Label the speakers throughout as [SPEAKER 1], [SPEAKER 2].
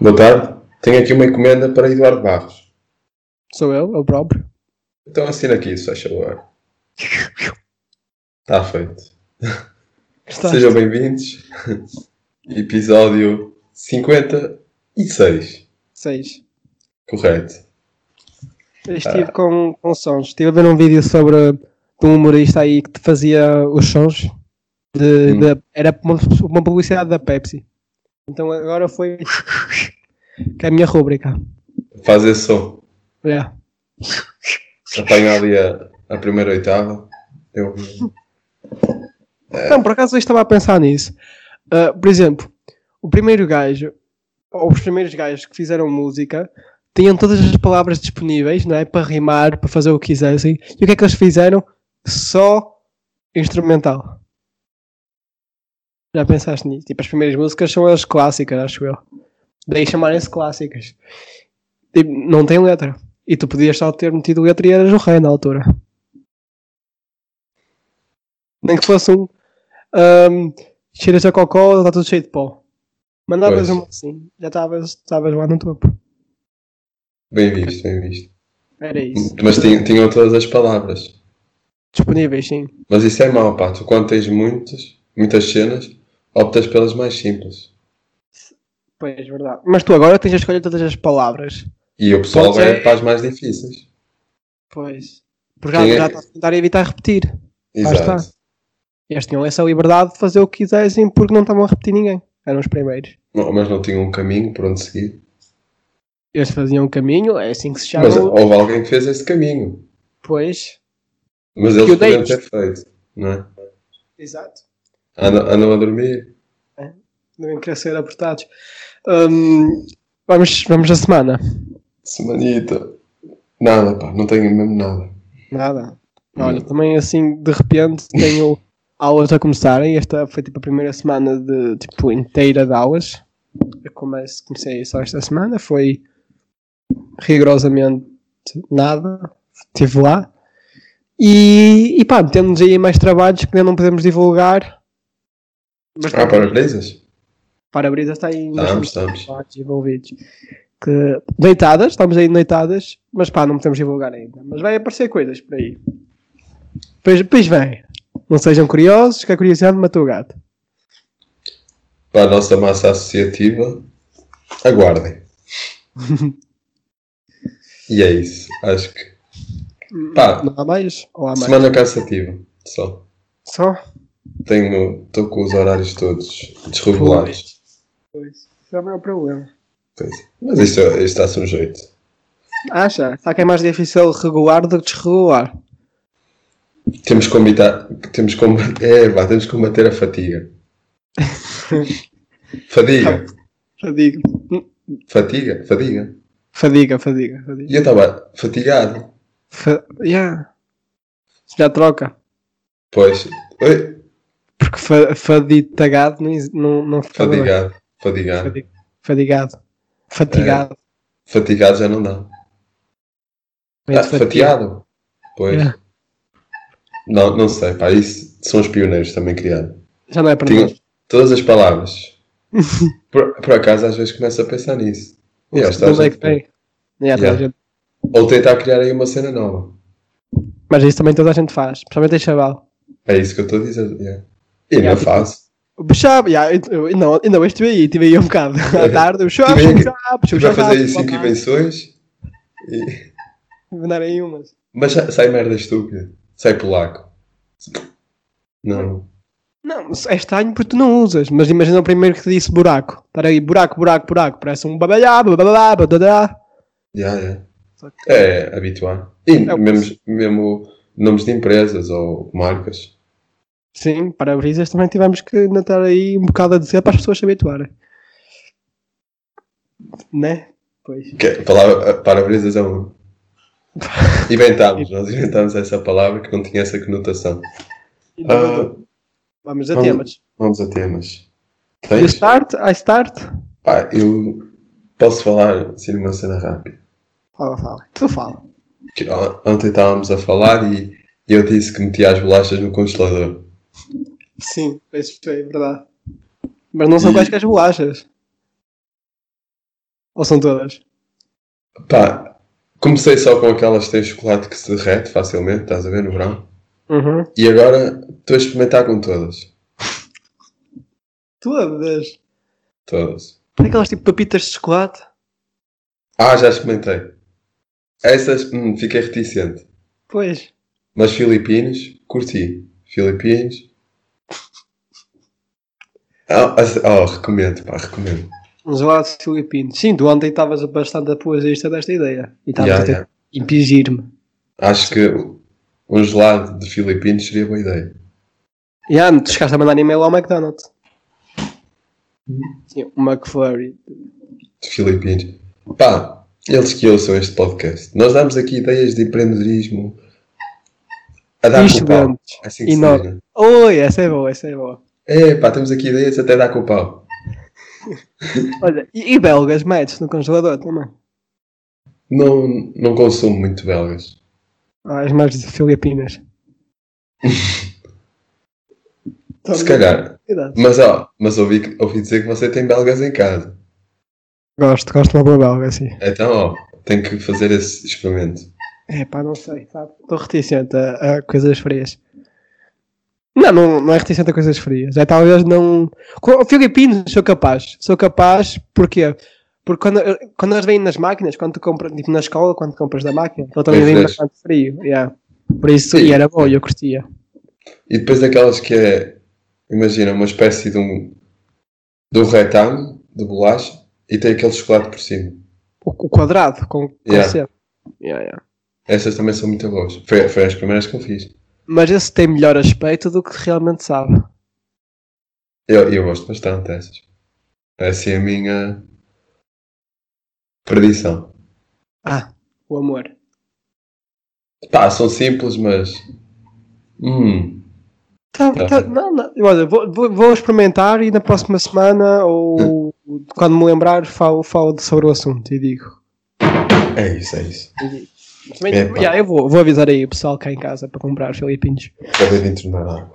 [SPEAKER 1] Boa tarde. Tenho aqui uma encomenda para Eduardo Barros.
[SPEAKER 2] Sou eu, eu próprio.
[SPEAKER 1] Então assina aqui, se faz favor. Está feito.
[SPEAKER 2] Está-
[SPEAKER 1] Sejam bem-vindos. Episódio 56.
[SPEAKER 2] Seis.
[SPEAKER 1] Correto.
[SPEAKER 2] Estive com, com sons. Estive a ver um vídeo sobre de um humorista aí que te fazia os sons. De,
[SPEAKER 1] Hum.
[SPEAKER 2] da- era uma, uma publicidade da Pepsi. Então agora foi. que é a minha rúbrica.
[SPEAKER 1] Faz esse som.
[SPEAKER 2] Yeah.
[SPEAKER 1] Apanha ali a, a primeira oitava. Eu...
[SPEAKER 2] Não, por acaso eu estava a pensar nisso. Ah, por exemplo, o primeiro gajo, ou os primeiros gajos que fizeram música, tinham todas as palavras disponíveis, não é? Para rimar, para fazer o que quisessem. E o que é que eles fizeram? Só instrumental. Já pensaste nisso? Tipo, as primeiras músicas são as clássicas, acho eu. Daí chamarem-se clássicas. Tipo, não tem letra. E tu podias só ter metido letra e eras o rei na altura. Nem que fosse um. Um, Cheiras a cocó, está tudo cheio de pó. Mandavas
[SPEAKER 1] Pois.
[SPEAKER 2] uma assim, já estavas estavas lá no topo.
[SPEAKER 1] Bem visto, bem visto.
[SPEAKER 2] Era isso.
[SPEAKER 1] Mas tinham, tinham todas as palavras.
[SPEAKER 2] Disponíveis, sim.
[SPEAKER 1] Mas isso é mau, pá. Tu quando tens muitos, muitas cenas, optas pelas mais simples.
[SPEAKER 2] Pois, verdade. Mas tu agora tens a escolha de todas as palavras.
[SPEAKER 1] E o pessoal
[SPEAKER 2] Pode
[SPEAKER 1] vai
[SPEAKER 2] ser.
[SPEAKER 1] para as mais difíceis.
[SPEAKER 2] Pois. Porque já,
[SPEAKER 1] Sim, é-
[SPEAKER 2] já estás a tentar evitar repetir. Lá está.
[SPEAKER 1] Exato.
[SPEAKER 2] Eles tinham essa liberdade de fazer o que quisessem porque não estavam a repetir ninguém. Eram os primeiros.
[SPEAKER 1] Não, mas não tinham um caminho por onde seguir.
[SPEAKER 2] Eles faziam um caminho, é assim que se chama.
[SPEAKER 1] Mas houve alguém que fez esse caminho.
[SPEAKER 2] Pois.
[SPEAKER 1] Mas
[SPEAKER 2] Que
[SPEAKER 1] eles
[SPEAKER 2] o
[SPEAKER 1] podiam
[SPEAKER 2] Davis-
[SPEAKER 1] ter feito, não é?
[SPEAKER 2] Exato.
[SPEAKER 1] Andam, andam a dormir.
[SPEAKER 2] Devem querer ser apertados. Hum, vamos, vamos à semana.
[SPEAKER 1] Semanita. Nada, pá. Não tenho mesmo nada.
[SPEAKER 2] Nada. Olha, também assim, de repente, tenho aulas a começarem. Esta foi tipo a primeira semana de, tipo, inteira de aulas. É Eu comece, comecei só esta semana, foi rigorosamente nada. Estive lá. E, e pá, temos aí mais trabalhos que ainda não podemos divulgar. Mas
[SPEAKER 1] Ah, Tá. para-brisas?
[SPEAKER 2] Parabrisas está aí nós
[SPEAKER 1] Estamos,
[SPEAKER 2] temos
[SPEAKER 1] estamos.
[SPEAKER 2] trabalhos envolvidos. Que, deitadas, estamos aí deitadas, mas pá, não podemos divulgar ainda. Mas vai aparecer coisas por aí. Pois, pois bem, não sejam curiosos, que a curiosidade matou o gato.
[SPEAKER 1] Para a nossa massa associativa, aguardem. e é isso. Acho que. Pá,
[SPEAKER 2] Não há mais? Ou há mais?
[SPEAKER 1] semana cansativa. Só.
[SPEAKER 2] Só?
[SPEAKER 1] Tenho. Estou com os horários todos desregulados.
[SPEAKER 2] Pois. Isso é o meu problema.
[SPEAKER 1] Pois. Mas isto, isto está-se um jeito.
[SPEAKER 2] Acha? Sabe que é mais difícil regular do que desregular?
[SPEAKER 1] Temos que combater, temos que combater, é, pá, temos que combater a fatiga. fadiga,
[SPEAKER 2] Fadiga. Hum,
[SPEAKER 1] fatiga, fadiga.
[SPEAKER 2] Fadiga, fadiga, fadiga.
[SPEAKER 1] E eu estava fatigado.
[SPEAKER 2] Fa yeah. Já troca.
[SPEAKER 1] Pois, oi,
[SPEAKER 2] Porque fa fadigado não, exi- não, não fica bem.
[SPEAKER 1] fadigado, fadigado.
[SPEAKER 2] Fadi- Fadigado. Fatigado.
[SPEAKER 1] Fatigado já não dá. Ah,
[SPEAKER 2] Muito fatigado.
[SPEAKER 1] fatiado. Pois.
[SPEAKER 2] É.
[SPEAKER 1] Não, não sei, pá, isso são os pioneiros também criaram.
[SPEAKER 2] Já não é para
[SPEAKER 1] Tinha
[SPEAKER 2] nós.
[SPEAKER 1] todas as palavras. Por, por acaso, às vezes começo a pensar nisso. E esta
[SPEAKER 2] Não é
[SPEAKER 1] gente-
[SPEAKER 2] que tem. É, toda a
[SPEAKER 1] Yeah.
[SPEAKER 2] gente-
[SPEAKER 1] Ou tentar criar aí uma cena nova.
[SPEAKER 2] Mas isso também toda a gente faz, principalmente em Chaval.
[SPEAKER 1] É isso que eu estou a dizer. yeah. E é
[SPEAKER 2] Yeah,
[SPEAKER 1] na
[SPEAKER 2] tipo,
[SPEAKER 1] fase.
[SPEAKER 2] O Bechab, yeah, eu- eu- não, ainda hoje estive aí, estive aí um bocado à tarde. O Bechab,
[SPEAKER 1] Tive aí-
[SPEAKER 2] o Bechab, o
[SPEAKER 1] Tu vai
[SPEAKER 2] Bechab.
[SPEAKER 1] fazer aí
[SPEAKER 2] é?
[SPEAKER 1] 5 invenções e-
[SPEAKER 2] Mandar aí umas.
[SPEAKER 1] Mas sa- sai merda estúpida. Sai polaco. Não.
[SPEAKER 2] Não, é estranho porque tu não usas, mas imagina o primeiro que te disse buraco. Estar aí, buraco, buraco, buraco, parece um babalhá, babalá, babalá.
[SPEAKER 1] já já
[SPEAKER 2] Só que-
[SPEAKER 1] É habituar. E
[SPEAKER 2] É o-
[SPEAKER 1] mesmo, mesmo nomes de empresas ou marcas.
[SPEAKER 2] Sim, para brisas também tivemos que ainda estar aí um bocado a dizer para as pessoas se habituarem. Né? Pois.
[SPEAKER 1] Que é- a palavra, a- para-brisas é um. Inventámos, nós inventámos essa palavra que não tinha essa conotação.
[SPEAKER 2] Então,
[SPEAKER 1] Ah,
[SPEAKER 2] vamos a
[SPEAKER 1] vamos-
[SPEAKER 2] temas.
[SPEAKER 1] vamos a temas.
[SPEAKER 2] You
[SPEAKER 1] Tens?
[SPEAKER 2] start? I start?
[SPEAKER 1] Pá, eu posso falar assim numa cena rápida.
[SPEAKER 2] Fala, fala. Tu fala.
[SPEAKER 1] Que on- Ontem estávamos a falar e eu disse que metia as bolachas no congelador.
[SPEAKER 2] Sim, isso é verdade. Mas não são
[SPEAKER 1] E-
[SPEAKER 2] quaisquer bolachas. Ou são todas?
[SPEAKER 1] Pá, comecei só com aquelas que têm chocolate que se derrete facilmente, estás a ver, no verão.
[SPEAKER 2] Uhum.
[SPEAKER 1] E agora estou a experimentar com todas.
[SPEAKER 2] Todas?
[SPEAKER 1] Todas.
[SPEAKER 2] Para aquelas tipo papitas de chocolate?
[SPEAKER 1] Ah, já experimentei. Essas, hum, fiquei reticente.
[SPEAKER 2] Pois.
[SPEAKER 1] Mas Filipinos, curti. Filipinos. Ah, as- oh, recomendo, pá, recomendo.
[SPEAKER 2] Um gelado filipino. Sim, tu ontem estavas bastante apologista desta ideia. E estavas
[SPEAKER 1] Yeah,
[SPEAKER 2] a tentar
[SPEAKER 1] yeah.
[SPEAKER 2] impingir-me.
[SPEAKER 1] Acho que um gelado de Filipinos seria boa ideia.
[SPEAKER 2] Já, tu ah, chegaste a mandar e-mail ao McDonald's. Sim, o McFlurry.
[SPEAKER 1] De Filipinos. Pá, eles que ouçam este podcast. Nós damos aqui ideias de empreendedorismo. A dar com o pau.
[SPEAKER 2] Estudantes.
[SPEAKER 1] Assim que
[SPEAKER 2] E
[SPEAKER 1] se
[SPEAKER 2] nós-
[SPEAKER 1] diz, não
[SPEAKER 2] Oi, essa é boa, essa é boa.
[SPEAKER 1] é? É, pá, temos aqui ideias até dar com o pau.
[SPEAKER 2] Olha, e, e belgas metes no congelador também.
[SPEAKER 1] Não, não consumo muito belgas.
[SPEAKER 2] Ah, as mais de Filipinas. Tá
[SPEAKER 1] Se calhar.
[SPEAKER 2] Cuidado.
[SPEAKER 1] Mas, ó, mas ouvi, ouvi dizer que você tem belgas em casa.
[SPEAKER 2] Gosto, gosto de uma boa belga, sim.
[SPEAKER 1] Então, ó, tenho que fazer esse experimento.
[SPEAKER 2] É pá, não sei, sabe? Estou reticente a, a coisas frias. Não, não, não é reticente a coisas frias. É talvez não. Com Filipinos sou capaz. Sou capaz, porquê? Porque quando, quando eles vêm nas máquinas, quando tu compras, tipo na escola, quando compras da máquina, ele também
[SPEAKER 1] Vem
[SPEAKER 2] vem
[SPEAKER 1] fresco.
[SPEAKER 2] bastante frio. Yeah. Por isso,
[SPEAKER 1] Sim.
[SPEAKER 2] e era bom, eu curtia.
[SPEAKER 1] E depois daquelas que é, imagina, uma espécie de um, de um retângulo de bolacha e tem aquele chocolate por cima.
[SPEAKER 2] O, o quadrado, com, com
[SPEAKER 1] Yeah.
[SPEAKER 2] C. Yeah, yeah.
[SPEAKER 1] Essas também são muito boas. Foi, foi as primeiras que eu fiz.
[SPEAKER 2] Mas esse tem melhor aspecto do que realmente sabe.
[SPEAKER 1] Eu, eu gosto bastante dessas. Essa é a minha perdição.
[SPEAKER 2] Ah, o amor.
[SPEAKER 1] Pá, são simples, mas. Hum,
[SPEAKER 2] Tá,
[SPEAKER 1] Tá.
[SPEAKER 2] tá, não, não. Olha, vou, vou- vou experimentar e na próxima semana ou quando me lembrar falo, falo de- sobre o assunto e digo.
[SPEAKER 1] é isso, é isso.
[SPEAKER 2] E digo. Também,
[SPEAKER 1] Epa.
[SPEAKER 2] yeah, eu vou, vou avisar aí o pessoal cá em casa para comprar filipinos.
[SPEAKER 1] Acabei de entornar água.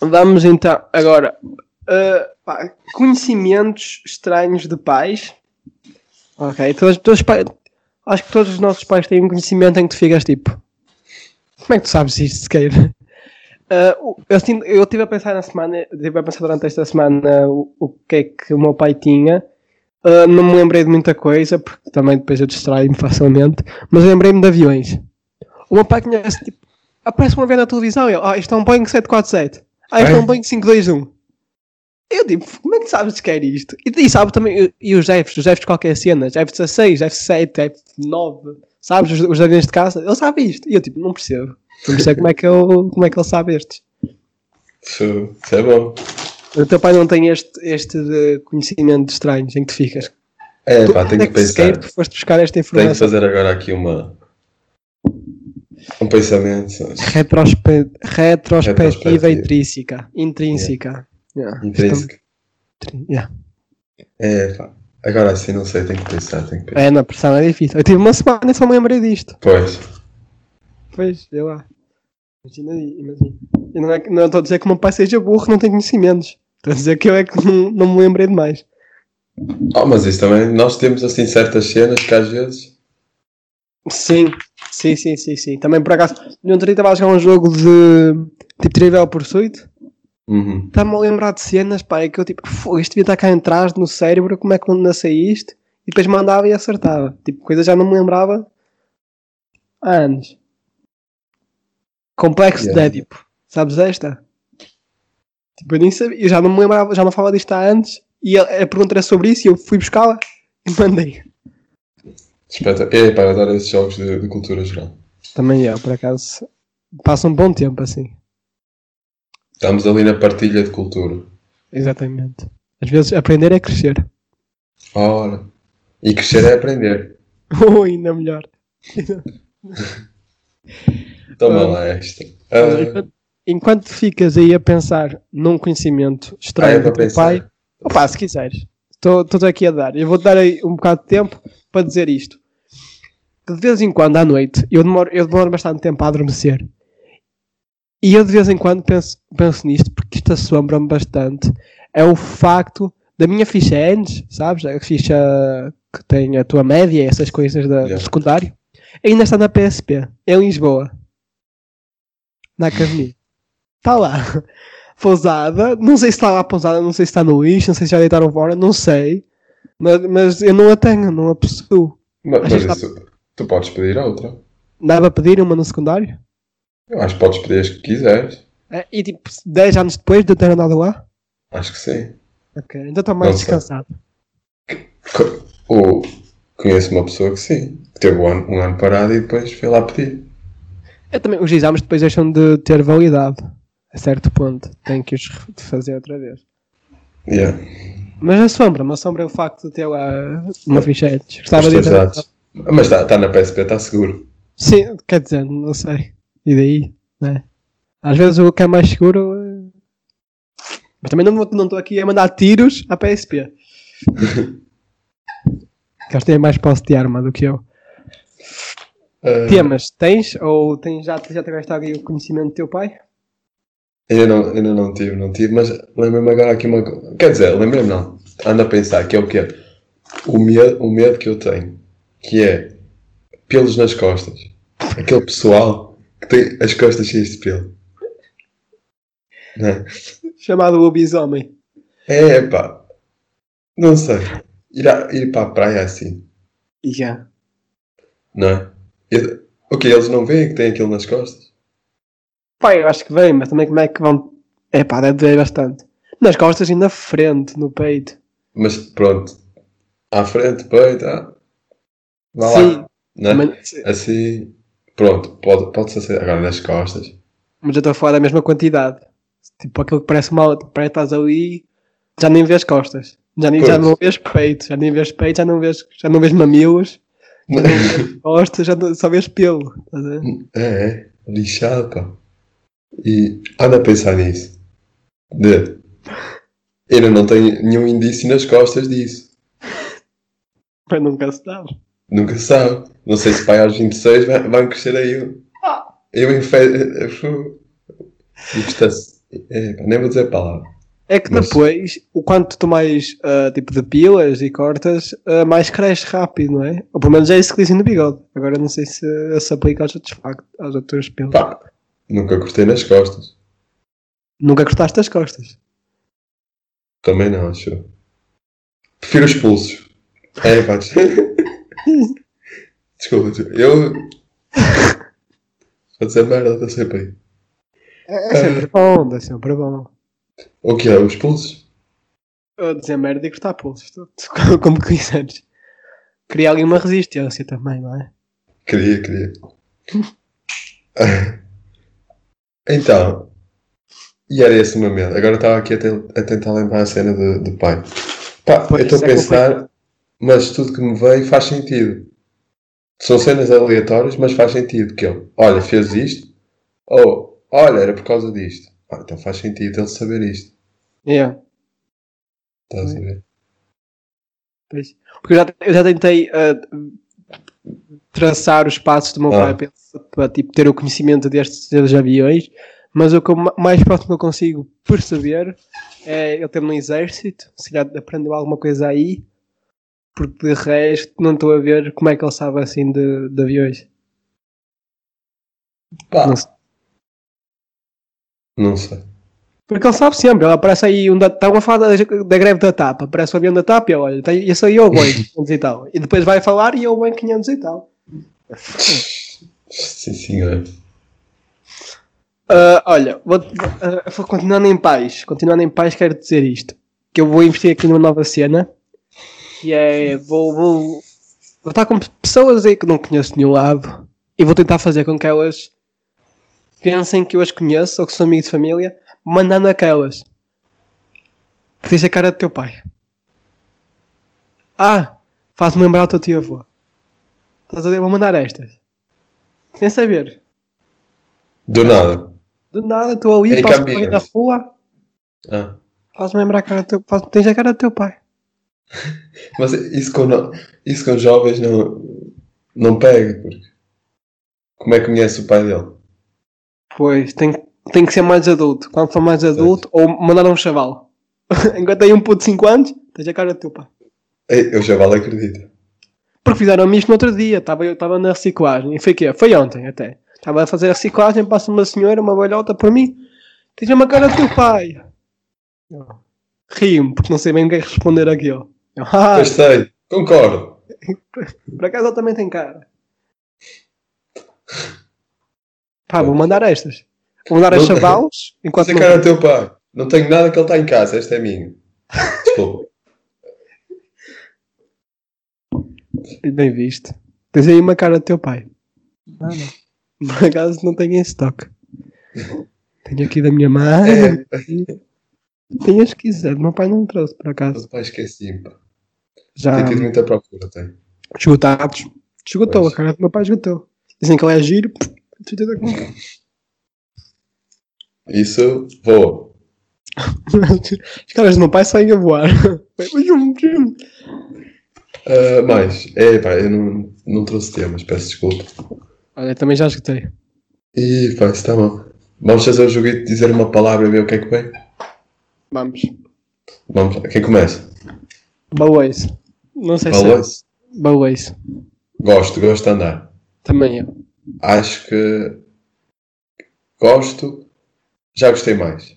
[SPEAKER 2] Vamos então, agora, ah, pá, conhecimentos estranhos de pais. Ok, todos, todos os pais, acho que todos os nossos pais têm um conhecimento em que tu ficas tipo, como é que tu sabes isto sequer? Ah, o- eu assim, eu estive a pensar na semana, estive a pensar durante esta semana o, o que é que o meu pai tinha. Ah, não me lembrei de muita coisa, porque também depois eu distraio-me facilmente, mas lembrei-me de aviões. O meu pai tinha esse tipo, aparece um avião na televisão e ele, ah, isto é um Boeing 747. Ah, isto é um
[SPEAKER 1] É?
[SPEAKER 2] Boeing 521. Eu tipo, como é que sabes que era isto? E, e sabe também, e, e os Jeffs, os Jeffs de qualquer cena, F16, F7, F9, sabes, os, os aviões de caça, ele sabe isto. E eu tipo, não percebo. Não percebo como é que, eu, como é que ele sabe estes.
[SPEAKER 1] Isso isso é bom.
[SPEAKER 2] O teu pai não tem este, este de conhecimento de estranhos em que tu ficas.
[SPEAKER 1] É,
[SPEAKER 2] Tu,
[SPEAKER 1] pá, tenho
[SPEAKER 2] onde é
[SPEAKER 1] que
[SPEAKER 2] sequer
[SPEAKER 1] pensar.
[SPEAKER 2] tu foste buscar esta
[SPEAKER 1] Tenho que
[SPEAKER 2] informação.
[SPEAKER 1] fazer agora aqui uma. Um pensamento. sabes?
[SPEAKER 2] Retrospe- Retrospectiva
[SPEAKER 1] Retrospectiva.
[SPEAKER 2] intrínseca. Intrínseca. Yeah.
[SPEAKER 1] Intrínseco.
[SPEAKER 2] Isto é- yeah.
[SPEAKER 1] É, pá. Agora assim, não sei, tenho que pensar, tenho que pensar.
[SPEAKER 2] É, na pressão é difícil. Eu tive uma semana e só me lembrei disto.
[SPEAKER 1] Pois.
[SPEAKER 2] Pois, eu lá. Imagina aí, imagina. Eu não é que- não estou a dizer que o meu pai seja burro, não tem conhecimentos. Estou a dizer que eu é que não, não me lembrei de mais.
[SPEAKER 1] Oh, mas isso também, nós temos assim certas cenas que às vezes.
[SPEAKER 2] Sim, sim, sim, sim, sim. Também por acaso, no outro dia estava a jogar um jogo de tipo Trivial Pursuit.
[SPEAKER 1] Uhum.
[SPEAKER 2] Está-me a lembrar de cenas, pá, é que eu tipo, "Fogo, isto devia estar cá atrás no cérebro, como é que eu nasci isto? E depois mandava e acertava. Tipo, coisa já não me lembrava há anos. Complexo
[SPEAKER 1] Yeah.
[SPEAKER 2] de Édipo. Sabes esta? Tipo, eu nem sabia, eu já não me lembrava, já não falava disto há anos. E a, a pergunta era sobre isso e eu fui buscá-la e mandei.
[SPEAKER 1] Espeta- É, pá, eu adoro esses jogos de, de cultura geral.
[SPEAKER 2] Também eu, por acaso, passa um bom tempo assim.
[SPEAKER 1] Estamos ali na partilha de cultura.
[SPEAKER 2] Exatamente. Às vezes aprender é crescer.
[SPEAKER 1] Ora. E crescer é aprender.
[SPEAKER 2] Ou ainda melhor.
[SPEAKER 1] Toma
[SPEAKER 2] Ah.
[SPEAKER 1] lá esta.
[SPEAKER 2] Mas
[SPEAKER 1] Ah,
[SPEAKER 2] enquanto- Enquanto ficas aí a pensar num conhecimento
[SPEAKER 1] ah, é
[SPEAKER 2] estranho
[SPEAKER 1] para
[SPEAKER 2] do teu
[SPEAKER 1] pensar.
[SPEAKER 2] pai, opá, se quiseres, estou estou aqui a dar. Eu vou dar aí um bocado de tempo para dizer isto. De vez em quando, à noite, eu demoro, eu demoro bastante tempo a adormecer. E eu de vez em quando penso, penso nisto, porque isto assombra-me bastante. É o facto da minha ficha ENS, sabes? A ficha que tem a tua média e essas coisas da, do
[SPEAKER 1] Yeah.
[SPEAKER 2] secundário, ainda está na PSP, em Lisboa. Na Academia. Está lá. Pousada. Não sei se está lá pousada, não sei se está no lixo, não sei se já deitaram fora, não sei. Mas, mas eu não a tenho, não a possuo.
[SPEAKER 1] Ma- Mas,
[SPEAKER 2] Achas que
[SPEAKER 1] isso, tu podes pedir outra.
[SPEAKER 2] Dava a pedir uma no secundário?
[SPEAKER 1] Eu acho que podes pedir as que quiseres.
[SPEAKER 2] É, E tipo, 10 anos depois de eu ter andado lá?
[SPEAKER 1] Acho que sim.
[SPEAKER 2] Ok, ainda estou mais
[SPEAKER 1] Não sei.
[SPEAKER 2] descansado.
[SPEAKER 1] Co- Ou conheço uma pessoa que sim, que teve um ano, um ano parado e depois foi lá pedir.
[SPEAKER 2] Eu É também, os exames depois deixam de ter validade. A certo ponto. Tenho que os re- fazer outra vez.
[SPEAKER 1] Yeah.
[SPEAKER 2] Mas assombra-me, assombra é o facto de ter lá uma ficha antes. Gostava
[SPEAKER 1] Os
[SPEAKER 2] de
[SPEAKER 1] teus
[SPEAKER 2] entrar.
[SPEAKER 1] dados. tá Mas está na PSP, está tá seguro.
[SPEAKER 2] Sim, quer dizer, não sei. E daí? Né? Às vezes o que é mais seguro. é- Mas também não estou aqui a mandar tiros à PSP. Gastei mais posse de arma do que eu.
[SPEAKER 1] Ah,
[SPEAKER 2] Temas, tens? Ou tens, já, já te gastaste aí o conhecimento do teu pai?
[SPEAKER 1] Ainda não, ainda não tive, não tive, mas lembrei-me agora aqui uma coisa. Quer dizer, lembrei-me não. Ando a pensar que é o quê? O medo, o medo que eu tenho, que é pelos nas costas. Aquele pessoal que tem as costas cheias de pelo. Não é?
[SPEAKER 2] Chamado lobisomem.
[SPEAKER 1] É, pá. Não sei. Ir, à- ir para a praia assim,
[SPEAKER 2] E já.
[SPEAKER 1] não é? Eu- O que eles não veem que tem aquilo nas costas?
[SPEAKER 2] Pai, eu acho que vem, mas também como é que vão. É pá, deve doer bastante. Nas costas e na frente, no peito.
[SPEAKER 1] Mas pronto. À frente, peito, ah. Vá
[SPEAKER 2] Sim,
[SPEAKER 1] lá. Não é?
[SPEAKER 2] mas,
[SPEAKER 1] Assim, pronto, pode, pode ser assim. agora nas costas.
[SPEAKER 2] mas eu estou a falar da mesma quantidade. Tipo, aquilo que parece mal, parece que estás ali, já nem vês costas. Já, nem, já
[SPEAKER 1] Pois.
[SPEAKER 2] não vês peito, já nem vês peito, já não vês, já não vês mamilos, costas, já não- só vês pelo. estás a ver?
[SPEAKER 1] é, é, lixado, pá. E anda a pensar nisso. De, ainda não tenho nenhum indício nas costas disso.
[SPEAKER 2] Mas nunca se dava.
[SPEAKER 1] Nunca se sabe. Não sei se vai aos 26 vai, vai crescer aí. um- Eu infesto. É, pá, nem vou dizer a palavra.
[SPEAKER 2] É que
[SPEAKER 1] Mas-
[SPEAKER 2] depois, o quanto tu mais ah, tipo de pilas e cortas, ah, mais cresce rápido, não é? Ou pelo menos é isso que dizem no bigode. Agora não sei se se aplica aos outros factos, aos outros pelos.
[SPEAKER 1] Pá, nunca cortei nas costas.
[SPEAKER 2] Nunca cortaste as costas.
[SPEAKER 1] Também não, acho. eu. Prefiro os pulsos. É, pá. des- Desculpa, desculpa. eu. Vou dizer merda, estou sempre aí.
[SPEAKER 2] É
[SPEAKER 1] Ah.
[SPEAKER 2] sempre bom, é sempre bom.
[SPEAKER 1] O que é? Os pulsos?
[SPEAKER 2] Ou dizer merda e cortar pulsos, tu- tu- como quiseres. Cria alguma resistência também, não é?
[SPEAKER 1] Queria, queria. então. E era esse o meu medo. Agora estava aqui a, ten- a tentar lembrar a cena do, do pai. Pá,
[SPEAKER 2] Pois,
[SPEAKER 1] eu estou a
[SPEAKER 2] isso é
[SPEAKER 1] pensar,
[SPEAKER 2] complicado.
[SPEAKER 1] mas tudo que me veio faz sentido. São cenas aleatórias, mas faz sentido. Que ele, olha, fez isto, ou olha, era por causa disto. Ah, então faz sentido ele saber isto.
[SPEAKER 2] Yeah,
[SPEAKER 1] Estás a ver?
[SPEAKER 2] pois. Porque eu já, eu já tentei ah, traçar os passos do meu
[SPEAKER 1] Ah.
[SPEAKER 2] pai para- para tipo, ter o conhecimento destes destes aviões, mas o que eu ma- mais próximo eu consigo perceber é ele ter no exército, se calhar aprendeu alguma coisa aí, porque de resto não estou a ver como é que ele sabe assim de, de aviões.
[SPEAKER 1] Pá,
[SPEAKER 2] Não sei.
[SPEAKER 1] não sei.
[SPEAKER 2] Porque ele sabe sempre, ele aparece aí, um da, estão a falar da, da greve da TAP, aparece o avião da TAP e eu, olha, tem, esse aí é o Boeing 500 e tal. E depois vai falar e é o Boeing 500 e tal.
[SPEAKER 1] Sim, senhor.
[SPEAKER 2] Ah, olha, vou, ah, vou continuando em paz, continuando em paz quero dizer isto, que eu vou investir aqui numa nova cena, que é, vou, vou, vou estar com pessoas aí que não conheço de nenhum lado, e vou tentar fazer com que elas pensem que eu as conheço, ou que sou amigo de família, mandando aquelas. Diz a cara do teu pai. Ah, faz-me lembrar o teu tio avô. Estás a ver? Vou mandar estas. Sem saber.
[SPEAKER 1] Do nada.
[SPEAKER 2] Do nada, estou ali,
[SPEAKER 1] Em
[SPEAKER 2] passo por
[SPEAKER 1] Campinas.
[SPEAKER 2] aí na rua,
[SPEAKER 1] Ah.
[SPEAKER 2] faz-me lembrar a cara do teu faz, Tens a cara do teu pai.
[SPEAKER 1] Mas isso com, no- isso com jovens não, não pega, porque como é que conhece o pai dele?
[SPEAKER 2] Pois, tem, tem que ser mais adulto. Quando for mais adulto, ou mandar um chaval. Enquanto aí um puto de 5 anos, tens a cara do teu pai.
[SPEAKER 1] Ei, Eu já vale acredito.
[SPEAKER 2] Porque fizeram-me isto no outro dia, estava eu estava na reciclagem. E foi quê? Foi ontem até. Estava a fazer a reciclagem, passa uma senhora, uma velhota por mim. Tens uma cara do teu pai. Eu Rio-me, porque não sei bem o que é responder aquilo. Eu, ah,
[SPEAKER 1] Pois sei, concordo.
[SPEAKER 2] por acaso ele também tem cara. Pá, vou mandar estas. Vou mandar as
[SPEAKER 1] Não-
[SPEAKER 2] chavalos, enquanto
[SPEAKER 1] Essa
[SPEAKER 2] não-
[SPEAKER 1] cara é do teu pai. Não tenho nada que ele está em casa, esta é minha. Desculpa.
[SPEAKER 2] Bem visto. Tens aí uma cara do teu pai. Ah, não. Por acaso não tenho em estoque. Tenho aqui da minha mãe.
[SPEAKER 1] É.
[SPEAKER 2] Tenho as que quiser. Meu pai não trouxe, por acaso.
[SPEAKER 1] Meu pai esqueci-me. pá.
[SPEAKER 2] Já
[SPEAKER 1] Tenho tido muita procura, tenho.
[SPEAKER 2] esgotados. Esgotou,
[SPEAKER 1] Pois.
[SPEAKER 2] a cara do meu pai esgotou. Dizem que ele é giro. pff, fica da conta.
[SPEAKER 1] Isso, voa.
[SPEAKER 2] Os caras do meu pai saem a voar. um,
[SPEAKER 1] Ah, mais, é pá, eu não, não trouxe temas, peço desculpa.
[SPEAKER 2] Olha, também já esgotei.
[SPEAKER 1] E pá, isso está bom. Vamos fazer o joguinho de dizer uma palavra e ver o que é que vem?
[SPEAKER 2] Vamos.
[SPEAKER 1] Vamos lá, quem começa?
[SPEAKER 2] Balões. Não sei se. é
[SPEAKER 1] Balões?
[SPEAKER 2] Balões.
[SPEAKER 1] Gosto, gosto de andar.
[SPEAKER 2] Também eu.
[SPEAKER 1] Acho que gosto, já gostei mais.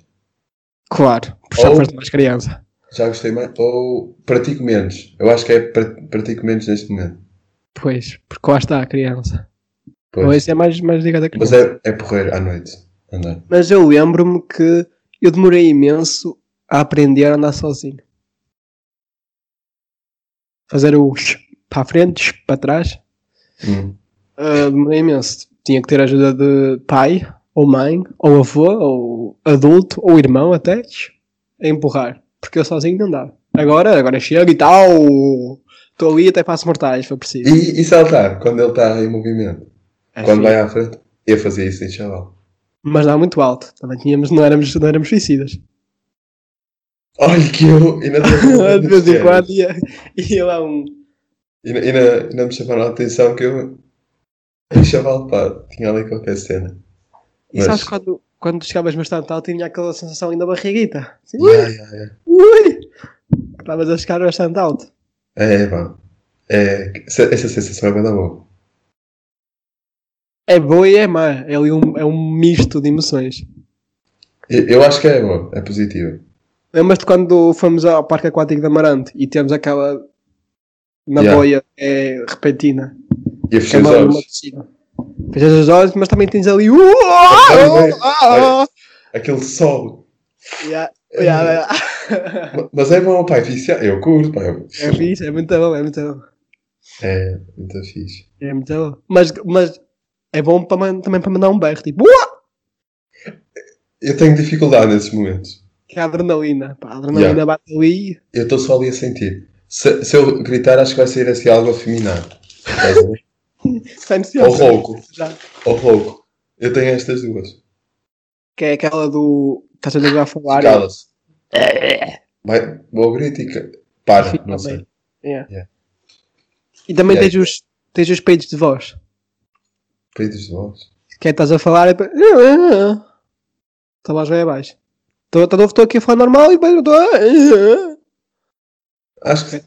[SPEAKER 2] Claro. Por
[SPEAKER 1] Ou-
[SPEAKER 2] estar de mais criança.
[SPEAKER 1] Já gostei mais, ou pratico menos. Eu acho que é pra- pratico menos neste momento.
[SPEAKER 2] Pois, porque lá está a criança.
[SPEAKER 1] Pois.
[SPEAKER 2] Ou isso é mais, mais ligado à
[SPEAKER 1] Mas
[SPEAKER 2] criança.
[SPEAKER 1] é, é porreiro à noite andar.
[SPEAKER 2] Mas eu lembro-me que eu demorei imenso a aprender a andar sozinho. Fazer o para a frente, para trás.
[SPEAKER 1] Hum.
[SPEAKER 2] Ah, demorei imenso. Tinha que ter a ajuda de pai, ou mãe, ou avô, ou adulto, ou irmão até, a empurrar. Porque eu sozinho não dava. Agora, agora chego e tal. Estou ali até passo mortais, foi preciso.
[SPEAKER 1] E, e saltar, quando ele está em movimento.
[SPEAKER 2] É
[SPEAKER 1] quando
[SPEAKER 2] fixe.
[SPEAKER 1] vai à frente, eu fazia isso em chaval.
[SPEAKER 2] Mas não muito alto. Também tínhamos, não éramos, não éramos suicidas.
[SPEAKER 1] Olha que eu ainda
[SPEAKER 2] de vez em
[SPEAKER 1] tenho-
[SPEAKER 2] quando ia, ia lá um.
[SPEAKER 1] E na- e na- ainda me chamaram a atenção que eu. Em chaval, pá, tinha ali qualquer cena.
[SPEAKER 2] E
[SPEAKER 1] Mas-
[SPEAKER 2] sabes quando, quando chegavas bastante alto tinha aquela sensação ainda barriguita. Assim, ui,
[SPEAKER 1] Ya, ya, ya.
[SPEAKER 2] ui! Estavas a chegar bastante alto.
[SPEAKER 1] É, pá. É, essa, essa sensação é bem da boa.
[SPEAKER 2] É boa e é má. É, ali um, é um misto de emoções.
[SPEAKER 1] Eu, eu acho que é boa, é positiva.
[SPEAKER 2] Lembras-te quando fomos ao Parque Aquático de Amarante e temos aquela. na
[SPEAKER 1] Yeah.
[SPEAKER 2] boia é repentina.
[SPEAKER 1] E eu fechei os
[SPEAKER 2] Chamava é uma
[SPEAKER 1] olhos.
[SPEAKER 2] piscina. Fechas os olhos, mas também tens ali. Uh,
[SPEAKER 1] Olha,
[SPEAKER 2] ah, ah,
[SPEAKER 1] Aquele sol.
[SPEAKER 2] Yeah, yeah, yeah.
[SPEAKER 1] Ma- Mas é bom, pá, é viciado. Eu curto, pá. eu-
[SPEAKER 2] É fixe, é muito bom, é muito bom.
[SPEAKER 1] É, muito fixe.
[SPEAKER 2] É muito bom. Mas, mas é bom para man- também para mandar um berro, tipo, uá!
[SPEAKER 1] Eu tenho dificuldade nesses momentos.
[SPEAKER 2] Que é a adrenalina. Pá, a adrenalina
[SPEAKER 1] Yeah.
[SPEAKER 2] bate ali.
[SPEAKER 1] Eu estou só ali a sentir. Se, se eu gritar, acho que vai sair assim algo afeminado. Estás a ver?
[SPEAKER 2] Sem se
[SPEAKER 1] Ou rouco.
[SPEAKER 2] Já.
[SPEAKER 1] Ou rouco. Eu tenho estas duas.
[SPEAKER 2] Que é aquela do. Estás a ligar a falar.
[SPEAKER 1] Cala-se. Vai, vou ao grito e que- Para,
[SPEAKER 2] Fica
[SPEAKER 1] não
[SPEAKER 2] bem.
[SPEAKER 1] sei.
[SPEAKER 2] Yeah.
[SPEAKER 1] Yeah.
[SPEAKER 2] E também
[SPEAKER 1] Yeah.
[SPEAKER 2] tens, os, tens os peitos de voz.
[SPEAKER 1] Peidos de voz.
[SPEAKER 2] Que é estás a falar e. depois, "Ah, ah, ah". Tua voz vai abaixo. Então, Estou aqui a falar normal e depois eu estou.
[SPEAKER 1] Acho que.
[SPEAKER 2] A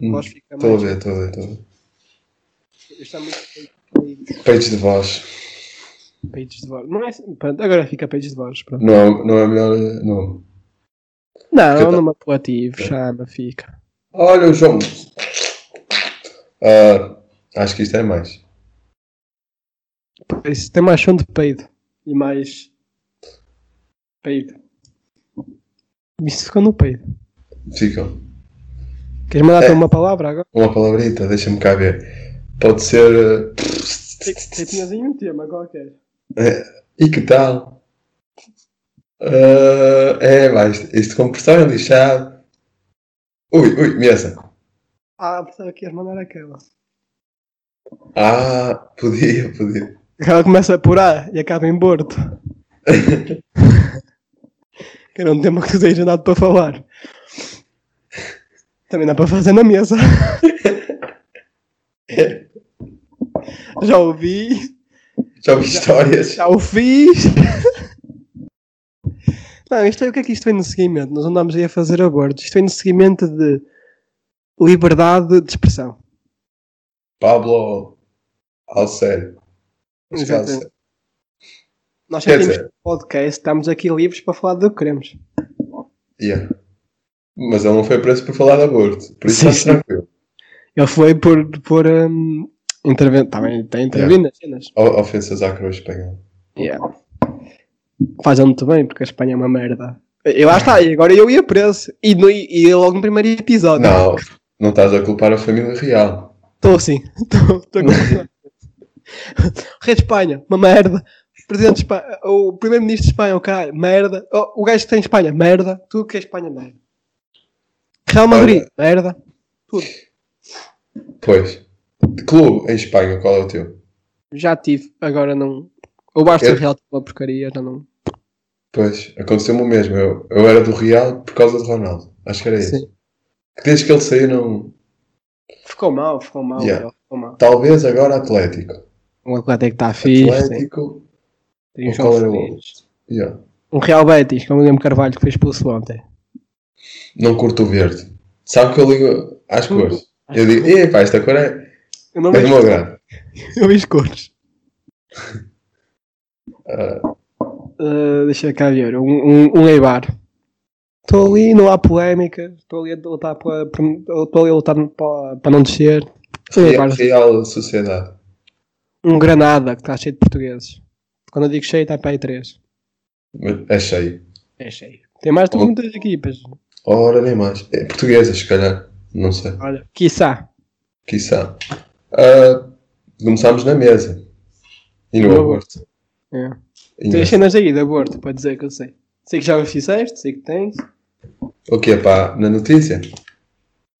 [SPEAKER 1] Hum,
[SPEAKER 2] voz fica
[SPEAKER 1] Estou a
[SPEAKER 2] mais.
[SPEAKER 1] ver, estou a ver, estou a ver.
[SPEAKER 2] Isto é muito.
[SPEAKER 1] Peitos de voz.
[SPEAKER 2] Peitos de voz. Não é assim- Pronto, agora fica peitos de voz. Pronto.
[SPEAKER 1] Não é, não é o melhor eh, nome.
[SPEAKER 2] Não,
[SPEAKER 1] Porque eu
[SPEAKER 2] não nome apelativo, chama, fica.
[SPEAKER 1] Olha o João. Ah, acho que isto é mais.
[SPEAKER 2] Porque Isso tem mais som de peido. E mais. Peido. Isso ficou no peido.
[SPEAKER 1] Ficam.
[SPEAKER 2] Queres mandar
[SPEAKER 1] É.
[SPEAKER 2] te uma palavra agora?
[SPEAKER 1] Uma palavrita, deixa-me cá ver. Pode ser. ah,
[SPEAKER 2] Tinhas aí um tema qualquer.
[SPEAKER 1] eh, E que tal? Ah, é, mas isto com pressão é lixado. Ui, ui, mesa.
[SPEAKER 2] Ah, pensava que ias mandar aquela.
[SPEAKER 1] Ah, podia, podia.
[SPEAKER 2] Ela começa por A e acaba em Borto. que era um tema que tu tens andado para falar. Também dá para fazer na mesa. Já ouvi,
[SPEAKER 1] Já ouvi histórias.
[SPEAKER 2] já o fiz. Não, isto é, o que é que isto vem no seguimento? Nós andamos aí a fazer abortos. Isto vem no seguimento de liberdade de expressão.
[SPEAKER 1] Pablo Alcério. Acho que é
[SPEAKER 2] Exatamente.
[SPEAKER 1] Alcério.
[SPEAKER 2] Nós já
[SPEAKER 1] Quer
[SPEAKER 2] temos
[SPEAKER 1] dizer,
[SPEAKER 2] podcast, estamos aqui livres para falar do que queremos.
[SPEAKER 1] yeah. Mas ele não foi preso por falar de aborto. Por
[SPEAKER 2] Sim,
[SPEAKER 1] isso
[SPEAKER 2] sim.
[SPEAKER 1] está tranquilo.
[SPEAKER 2] Ele foi por, por hum, interven- também tem intervindo nas cenas.
[SPEAKER 1] O- Ofensas à cruz espanhola.
[SPEAKER 2] Yeah. Fazem muito bem, porque a Espanha é uma merda. E lá está, e agora eu ia preso. E, no- e logo no primeiro episódio.
[SPEAKER 1] Não, não estás a culpar a família real.
[SPEAKER 2] Estou assim. Estou estou com- Rei de Espanha, uma merda. Presidente de Espanha, o primeiro-ministro de Espanha, o cara, merda. Oh, O, o gajo que tem Espanha, merda. Tudo que é Espanha, merda. Real Madrid, merda.
[SPEAKER 1] Pois. De clube em Espanha, qual é o teu?
[SPEAKER 2] Já tive, agora não. O Barça e
[SPEAKER 1] Eu-
[SPEAKER 2] o Real é uma porcaria, já não.
[SPEAKER 1] Pois, aconteceu-me o mesmo. Eu, eu era do Real por causa de Ronaldo. Acho que era isso.
[SPEAKER 2] Sim.
[SPEAKER 1] Que desde que ele saiu, não.
[SPEAKER 2] Ficou mal, ficou mal,
[SPEAKER 1] Yeah.
[SPEAKER 2] Real, ficou mal.
[SPEAKER 1] Talvez agora Atlético.
[SPEAKER 2] O Atlético está fixe, tem,
[SPEAKER 1] Atlético.
[SPEAKER 2] tem um
[SPEAKER 1] qual
[SPEAKER 2] jogo
[SPEAKER 1] era é o
[SPEAKER 2] feliz.
[SPEAKER 1] Yeah.
[SPEAKER 2] Um Real Betis, como o Guilherme Carvalho que foi expulso ontem.
[SPEAKER 1] Não curto o verde. Sabe que eu ligo às
[SPEAKER 2] Tudo.
[SPEAKER 1] cores. Eu digo, e pá, esta cor é,
[SPEAKER 2] Eu não
[SPEAKER 1] é do
[SPEAKER 2] vejo,
[SPEAKER 1] meu grado.
[SPEAKER 2] eu vejo cores.
[SPEAKER 1] Ah,
[SPEAKER 2] Uh, deixa cá ver, um, um, um Eibar. Estou ali, não há polémica, estou ali a lutar para, para- estou ali a lutar para, para não descer. Um Eibar,
[SPEAKER 1] Real, é Real Sociedade.
[SPEAKER 2] um Granada que está cheio de portugueses. Quando eu digo cheio, está para aí 3.
[SPEAKER 1] Mas É cheio.
[SPEAKER 2] É cheio. Tem mais de
[SPEAKER 1] Oh.
[SPEAKER 2] muitas equipas.
[SPEAKER 1] Ora, nem mais. É portuguesa, se calhar. Não sei.
[SPEAKER 2] Olha, quiçá.
[SPEAKER 1] Quiçá. Ah, começámos na mesa. E no
[SPEAKER 2] No
[SPEAKER 1] aborto.
[SPEAKER 2] É.
[SPEAKER 1] E
[SPEAKER 2] Tens
[SPEAKER 1] na-
[SPEAKER 2] cenas aí de aborto, para dizer que eu sei. Sei que já o fizeste, sei que tens.
[SPEAKER 1] O que é pá? Na notícia?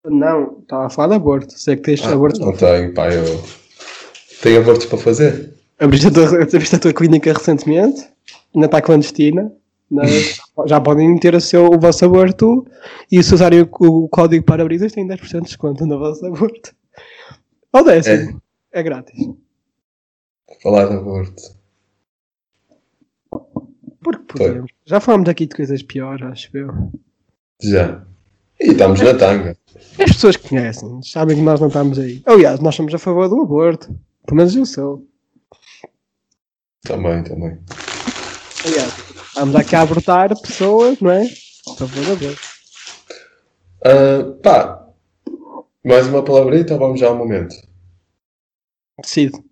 [SPEAKER 2] Não, estava a falar de aborto. Sei que tens
[SPEAKER 1] Ah,
[SPEAKER 2] aborto.
[SPEAKER 1] não tenho, pá. Eu... Tenho abortos para fazer?
[SPEAKER 2] Abriste a, tua, abriste a tua clínica recentemente, ainda está clandestina, mas já podem ter o, seu, o vosso aborto e se usarem o, o código para brisas têm 10% de desconto no vosso aborto. Ou décimo. É, grátis.
[SPEAKER 1] Falar de aborto.
[SPEAKER 2] Porque podemos. Já falámos aqui de coisas piores, acho eu.
[SPEAKER 1] Já. E estamos na tanga.
[SPEAKER 2] As pessoas que conhecem, sabem que nós não estamos aí. Aliás, nós somos a favor do aborto. Pelo menos eu sou.
[SPEAKER 1] Também, também.
[SPEAKER 2] Aliás, estamos aqui a abortar pessoas, não é? A favor do aborto.
[SPEAKER 1] Ah, pá. Mais uma palavrita ou vamos já ao momento?
[SPEAKER 2] Decido.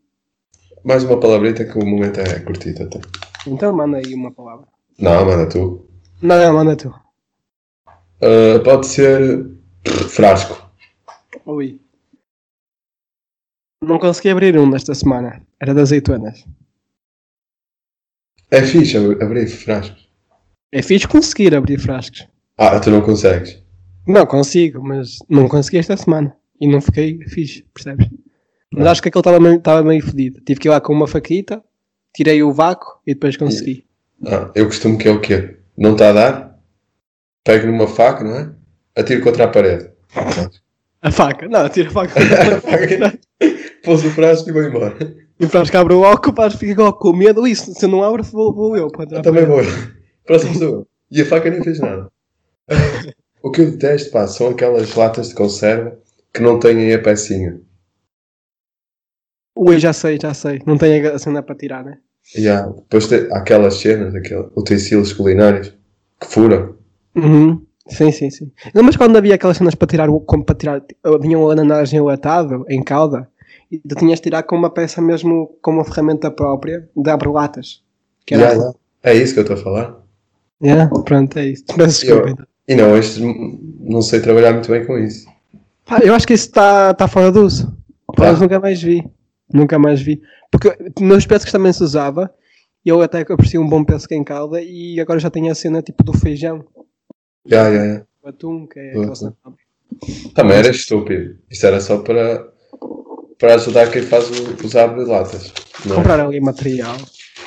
[SPEAKER 1] Mais uma palavrita que o momento é curtido até.
[SPEAKER 2] Então manda aí uma palavra.
[SPEAKER 1] Não, manda tu.
[SPEAKER 2] Não, não, manda tu.
[SPEAKER 1] Ah, pode ser. Frasco.
[SPEAKER 2] Ui. Não consegui abrir um desta semana. Era das azeitonas.
[SPEAKER 1] É fixe ab- abrir frascos.
[SPEAKER 2] É fixe conseguir abrir frascos.
[SPEAKER 1] Ah, tu não consegues.
[SPEAKER 2] Não, consigo, mas não consegui esta semana. E não fiquei fixe, percebes? Mas
[SPEAKER 1] Ah.
[SPEAKER 2] acho que aquele estava meio, tava meio fodido. Tive que ir lá com uma faquita, tirei o vácuo e depois consegui.
[SPEAKER 1] Ah, eu costumo que é o quê? Não está a dar? Pego numa faca, não é? Atiro contra a parede.
[SPEAKER 2] A faca. Não, tira a faca.
[SPEAKER 1] A faca que não- Pôs o frasco e vou embora.
[SPEAKER 2] e o frasco abre o álcool, o frasco fica logo com medo. Isso, se eu não abro, vou, vou eu.
[SPEAKER 1] Eu
[SPEAKER 2] Para entrar.
[SPEAKER 1] também vou. Próximo sou eu. E a faca nem fez nada. Ah, O que eu detesto, pá, são aquelas latas de conserva que não têm a pecinha.
[SPEAKER 2] Ui, já sei, já sei. Não tem a cena para tirar, né?
[SPEAKER 1] E há, depois tem, há aquelas cenas, aquela, utensílios culinários que furam.
[SPEAKER 2] Uhum. Sim, sim, sim. Não, mas quando havia aquelas cenas para tirar, o- como para tirar, vinha um ananás enlatado, em calda, e tu tinhas de tirar com uma peça mesmo, com uma ferramenta própria, de abre-latas. Que era assim.
[SPEAKER 1] Já, já. É isso que eu estou a falar.
[SPEAKER 2] Yeah, pronto, é isso. Peço
[SPEAKER 1] Eu-
[SPEAKER 2] desculpa. então.
[SPEAKER 1] E não, este n- não sei trabalhar muito bem com isso.
[SPEAKER 2] Pá, eu acho que isso está tá fora do uso. Pá,
[SPEAKER 1] Tá.
[SPEAKER 2] eu nunca mais vi. Nunca mais vi. Porque nos pescos também se usava, e eu até que aprecio um bom pesco em calda, e agora já tenho a cena tipo do feijão,
[SPEAKER 1] Já, já, já.
[SPEAKER 2] do atum, que é
[SPEAKER 1] Uhum.
[SPEAKER 2] aquela cena.
[SPEAKER 1] Também era estúpido. Isto era só para, para ajudar quem faz o, os abre-latas. Não é?
[SPEAKER 2] comprar ali material.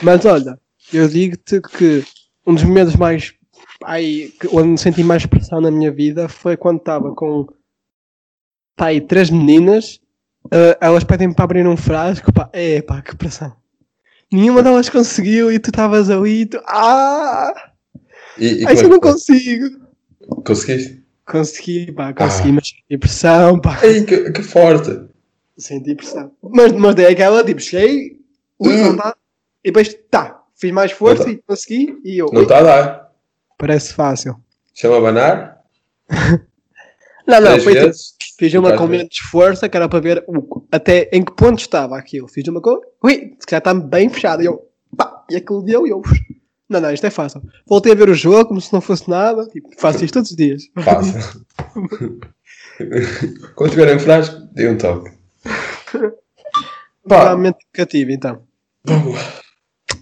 [SPEAKER 2] Mas olha, eu digo-te que um dos momentos mais. Ai, que- onde me senti mais pressão na minha vida foi quando estava com. Pá, aí três meninas, eh, elas pedem-me para abrir um frasco, pá, é pá, que pressão. Nenhuma delas conseguiu e tu estavas ali e tu. Ah!
[SPEAKER 1] E, e
[SPEAKER 2] Ai,
[SPEAKER 1] como
[SPEAKER 2] eu
[SPEAKER 1] é
[SPEAKER 2] não
[SPEAKER 1] que
[SPEAKER 2] consigo!
[SPEAKER 1] conseguiste? Ah.
[SPEAKER 2] Consegui, pá, consegui, mas senti pressão, pá.
[SPEAKER 1] Ei, que, que forte!
[SPEAKER 2] Senti pressão. Mas, mas dei aquela, tipo, cheguei, ui, não tá. E depois, tá, fiz mais força
[SPEAKER 1] Hum. Não
[SPEAKER 2] e consegui e eu.
[SPEAKER 1] Não está a dar.
[SPEAKER 2] Parece fácil.
[SPEAKER 1] Chama a banar.
[SPEAKER 2] Não, não,
[SPEAKER 1] três
[SPEAKER 2] foi tipo,
[SPEAKER 1] vezes.
[SPEAKER 2] fiz uma
[SPEAKER 1] Quatro
[SPEAKER 2] com medo de esforço, que era para ver o- até em que ponto estava aquilo. Fiz uma com, ui, se calhar está bem fechado. E eu, pá, e aquilo deu e eu, não, não, isto é fácil. Voltei a ver o jogo como se não fosse nada, tipo, faço isto todos os dias.
[SPEAKER 1] Passa. Quando tiverem frasco, dê um toque. Pá,
[SPEAKER 2] Realmente educativo, então.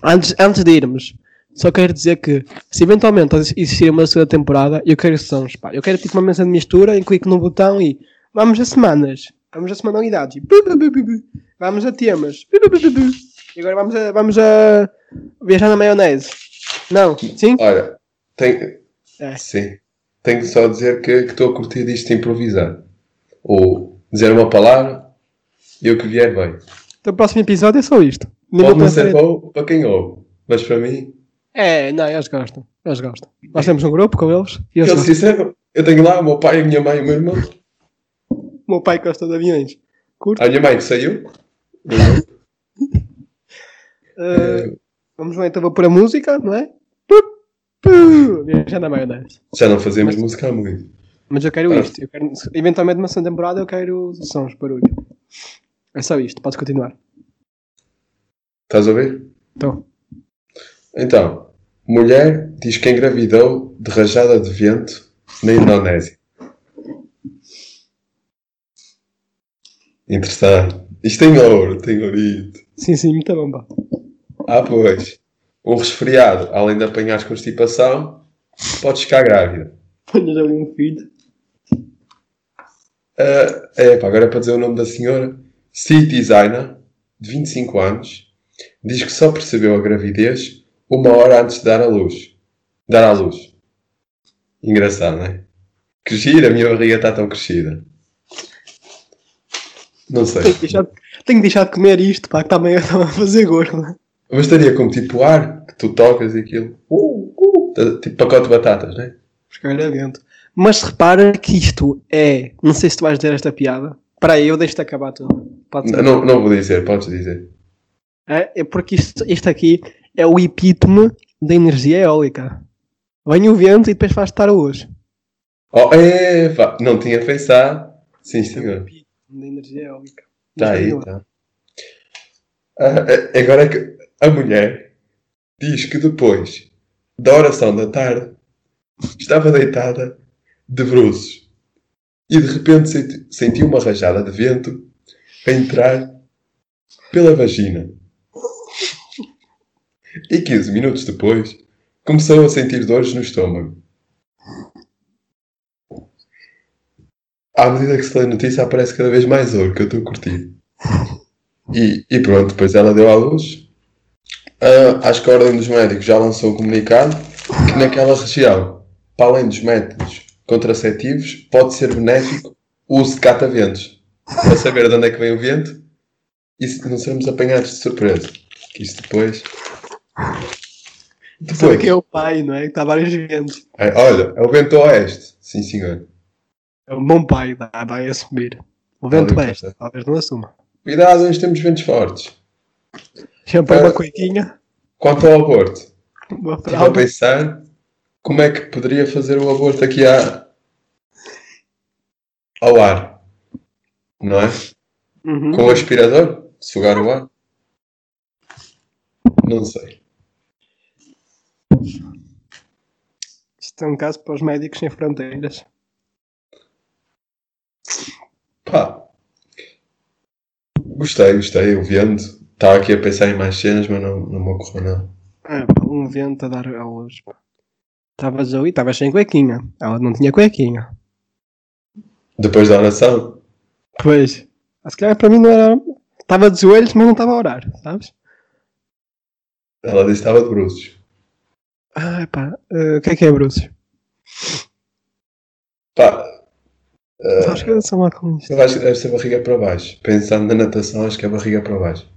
[SPEAKER 2] Antes, antes de irmos, só quero dizer que se eventualmente existir uma segunda temporada, eu quero sons, pá. Eu quero tipo uma mensagem de mistura em que clico no botão e vamos a semanas, vamos a semanalidades, e bu, bu, bu, bu, bu. vamos a temas, bu, bu, bu, bu, bu. e agora vamos a, vamos a viajar na maionese. Não, sim?
[SPEAKER 1] olha, tem...
[SPEAKER 2] É.
[SPEAKER 1] Sim. Tenho que só dizer que que estou a curtir disto de improvisar. Ou dizer uma palavra e o que vier bem.
[SPEAKER 2] Então o próximo episódio é só isto. Não vou
[SPEAKER 1] Pode não
[SPEAKER 2] pensar
[SPEAKER 1] ser
[SPEAKER 2] em-
[SPEAKER 1] bom para quem ouve, mas para mim,
[SPEAKER 2] É, não, eles gostam, eles gostam. Nós temos um grupo com eles e eles
[SPEAKER 1] eles
[SPEAKER 2] gostam.
[SPEAKER 1] disseram, eu tenho lá o meu pai, a minha mãe e o meu irmão.
[SPEAKER 2] O meu pai gosta de aviões. Curto.
[SPEAKER 1] A minha mãe que saiu.
[SPEAKER 2] Ah, Vamos lá então, vou pôr a música, não é? Pu, pu. Viajar na maionese.
[SPEAKER 1] Já não fazemos música há muito.
[SPEAKER 2] Mas eu quero
[SPEAKER 1] Ah.
[SPEAKER 2] isto. Eu quero, eventualmente, numa segunda temporada, eu quero sons, barulho. É só isto, podes continuar.
[SPEAKER 1] Estás a ver?
[SPEAKER 2] Então,
[SPEAKER 1] Então, mulher diz que engravidou de rajada de vento na Indonésia. Interessante. Isto tem ouro, tem ourito.
[SPEAKER 2] sim, sim, muita bomba.
[SPEAKER 1] Ah, pois. Um resfriado, além de apanhares constipação, podes ficar grávida.
[SPEAKER 2] Ponhas ali um feed.
[SPEAKER 1] Ah, é, pá, agora é para dizer o nome da senhora. City Designer, de 25 anos, diz que só percebeu a gravidez uma hora antes de dar à luz. Dar à luz. Engraçado, não é? Que gira, a minha barriga está tão crescida. Não sei.
[SPEAKER 2] Tenho que, deixar, de- tenho que deixar de comer isto, pá, que também eu estava a fazer gorda.
[SPEAKER 1] Mas estaria como tipo ar, que tu tocas e aquilo.
[SPEAKER 2] Oh,
[SPEAKER 1] Uh, uh, tá- tipo pacote de batatas, não é?
[SPEAKER 2] Buscar dentro. Mas se repara que isto é. Não sei se tu vais dizer esta piada. Espera aí, eu deixo-te acabar tudo. Pode ser.
[SPEAKER 1] N- Não, não vou dizer, podes dizer.
[SPEAKER 2] É, é porque isto, isto aqui é o epítome da energia eólica. Vem o vento e depois faz estar hoje.
[SPEAKER 1] Oh, é, pá, não tinha pensado. Sim, senhor.
[SPEAKER 2] É Da energia eólica.
[SPEAKER 1] Tá aí, tá. Ah, a- agora é que a mulher diz que depois da oração da tarde estava deitada de bruços e de repente senti- sentiu uma rajada de vento a entrar pela vagina. E 15 minutos depois começou a sentir dores no estômago. À medida que se lê a notícia, aparece cada vez mais ouro que eu estou a curtir. E, e pronto, depois ela deu à luz. Ah, acho que a Ordem dos Médicos já lançou um comunicado que naquela região, para além dos métodos contraceptivos, pode ser benéfico o uso de cataventos. Para saber de onde é que vem o vento e se não sermos apanhados de surpresa. Que isto depois.
[SPEAKER 2] Sabe
[SPEAKER 1] Depois.
[SPEAKER 2] que é o pai, não é? Que está vários ventos.
[SPEAKER 1] É, olha, é o vento a oeste. Sim, senhor.
[SPEAKER 2] É um bom pai, dá, vai a subir. O
[SPEAKER 1] Talvez
[SPEAKER 2] vento
[SPEAKER 1] não
[SPEAKER 2] besta,
[SPEAKER 1] seja.
[SPEAKER 2] talvez não assuma.
[SPEAKER 1] Cuidado, nós temos ventos fortes.
[SPEAKER 2] Já põe é uma
[SPEAKER 1] Ah.
[SPEAKER 2] coitinha,
[SPEAKER 1] Quanto ao aborto,
[SPEAKER 2] uma
[SPEAKER 1] Estive a
[SPEAKER 2] fralda.
[SPEAKER 1] pensar como é que poderia fazer o aborto aqui à... ao ar. Não é?
[SPEAKER 2] Uhum.
[SPEAKER 1] Com o aspirador? Sugar o ar? Não sei.
[SPEAKER 2] Isto é um caso para os médicos sem fronteiras.
[SPEAKER 1] Pá. Gostei, gostei, eu vendo. Estava aqui a pensar em mais cenas, mas não, não me ocorreu não.
[SPEAKER 2] Ah, pá, um vento a dar a luz. pá. Estavas ali, estavas sem cuequinha. Ela não tinha cuequinha.
[SPEAKER 1] Depois da oração,
[SPEAKER 2] Pois. Ah, Se calhar para mim não era. Estava de joelhos, mas não estava a orar, sabes?
[SPEAKER 1] ela disse que estava de bruços.
[SPEAKER 2] Ah, pá. eh, o que é que é, Bruce?
[SPEAKER 1] Pá,
[SPEAKER 2] Sabes que eu sou lá com isto.
[SPEAKER 1] eu acho que deve ser barriga para baixo. Pensando na natação, acho que é barriga para baixo.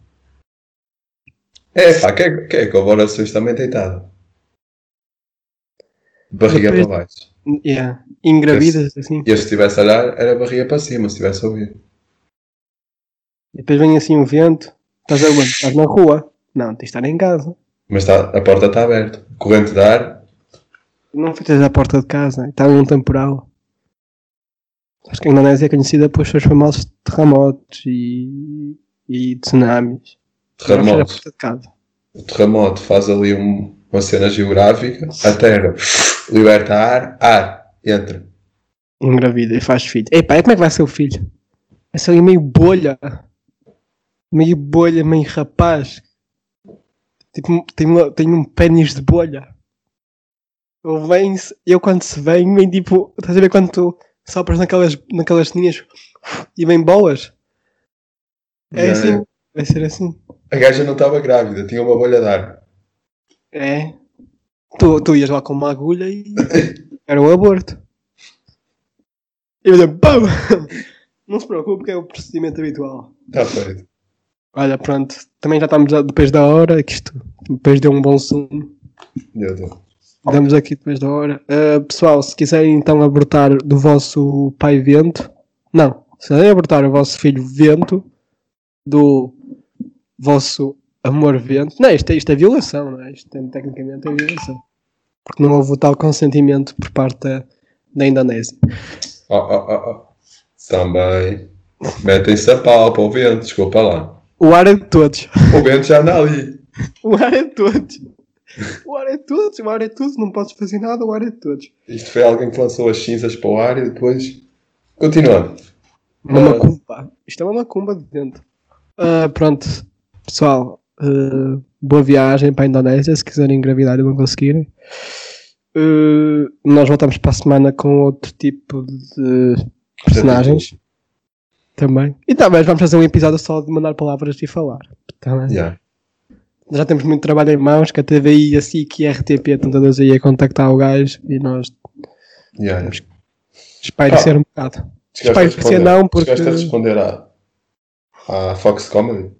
[SPEAKER 1] É, pá, que é que, é que houve orações também deitada? Barriga
[SPEAKER 2] Depois-
[SPEAKER 1] para baixo.
[SPEAKER 2] Yeah. Engravidas, assim.
[SPEAKER 1] E eu, se estivesse a olhar, era barriga para cima, se estivesse a ouvir.
[SPEAKER 2] E depois vem assim um vento. Estás aonde? Estás na rua? Não, tens de estar em casa.
[SPEAKER 1] Mas tá, a porta está aberta. Corrente de ar.
[SPEAKER 2] Não fitas à porta de casa. Está um temporal. Acho que a Indonésia é conhecida pelos seus famosos terremotos e, e tsunamis. Não fitas à
[SPEAKER 1] Terremoto.
[SPEAKER 2] porta de casa.
[SPEAKER 1] O terremoto faz ali um- uma cena geográfica. A terra liberta ar. Ar. Entra.
[SPEAKER 2] Engravida e faz filho. Epá, e como é que vai ser o filho? Vai ser ali meio bolha. Meio bolha, meio rapaz. Tipo, tem, uma- tem um pênis de bolha. Ele vem, eu quando se vem, vem tipo. Estás a ver quando tu sopras naquelas, naquelas linhas e vem bolas? É
[SPEAKER 1] Já
[SPEAKER 2] assim. Vai ser assim.
[SPEAKER 1] A gaja não estava grávida. Tinha uma bolha de ar.
[SPEAKER 2] É. Tu, tu ias lá com uma agulha e. Era o aborto. E eu digo, pum! Não se preocupe, que é o procedimento habitual.
[SPEAKER 1] Está Tá feito.
[SPEAKER 2] Olha, pronto. Também já estamos a- depois da hora, que isto depois deu um bom zoom.
[SPEAKER 1] Meu Deus.
[SPEAKER 2] Estamos aqui depois da hora. Ah, pessoal, se quiserem então abortar do vosso pai vento. Não. Se quiserem abortar o vosso filho vento, do vosso amor vento. Não, isto é, isto é violação, não é? Isto é, tecnicamente é violação. Porque não houve o tal consentimento por parte da, da Indonésia.
[SPEAKER 1] Oh, oh, oh, oh. Também. Metem-se a pau para o vento. Desculpa lá.
[SPEAKER 2] O ar é de todos.
[SPEAKER 1] O vento já anda ali.
[SPEAKER 2] O ar é de todos. O ar é de todos. O ar é de todos. Não podes fazer nada. O ar é de todos.
[SPEAKER 1] Isto foi alguém que lançou as cinzas para o ar e depois. Continuando.
[SPEAKER 2] Uma
[SPEAKER 1] Ah.
[SPEAKER 2] macumba. É, Isto é uma macumba de dentro. Ah, pronto, pessoal. ah, boa viagem para a Indonésia. Se quiserem engravidar, vão conseguir. Ah, nós voltamos para a semana com outro tipo de personagens. Também. E talvez vamos fazer um episódio só de mandar palavras e falar. Também.
[SPEAKER 1] Yeah.
[SPEAKER 2] Já temos muito trabalho em mãos, que a TVI, a SIC e a RTP estão todas aí a contactar o gajo e nós
[SPEAKER 1] Yeah, yeah.
[SPEAKER 2] espairecer um bocado.
[SPEAKER 1] Chegaste a
[SPEAKER 2] Espero que
[SPEAKER 1] responder-
[SPEAKER 2] sim, não, porque-
[SPEAKER 1] Chegaste a responder à, à Fox Comedy?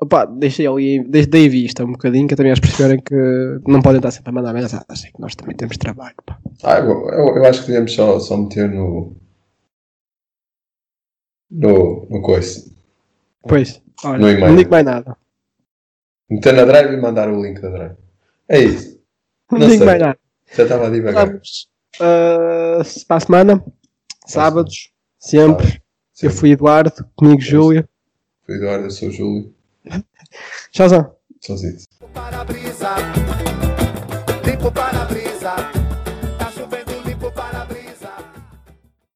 [SPEAKER 2] Opa, deixei ali, deixei daí vista um bocadinho, que é também eles perceberem que não podem estar sempre a mandar mensagem, que nós também temos trabalho, pá.
[SPEAKER 1] Ah, eu, eu- eu acho que devíamos só, só meter no. No, no coice.
[SPEAKER 2] Pois, olha,
[SPEAKER 1] No e-mail.
[SPEAKER 2] não digo mais nada.
[SPEAKER 1] Meter na drive e mandar o link da drive. É isso.
[SPEAKER 2] Não,
[SPEAKER 1] Não
[SPEAKER 2] digo
[SPEAKER 1] sei.
[SPEAKER 2] mais nada.
[SPEAKER 1] Já estava a divagar.
[SPEAKER 2] Vamos, ah, se- para a semana, sábados, sempre.
[SPEAKER 1] Sim,
[SPEAKER 2] Eu fui Eduardo, comigo Júlio.
[SPEAKER 1] Fui Eduardo, eu sou o Júlio.
[SPEAKER 2] Tchauzão.
[SPEAKER 1] Sozinho.
[SPEAKER 3] para-brisa, limpo o para-brisa.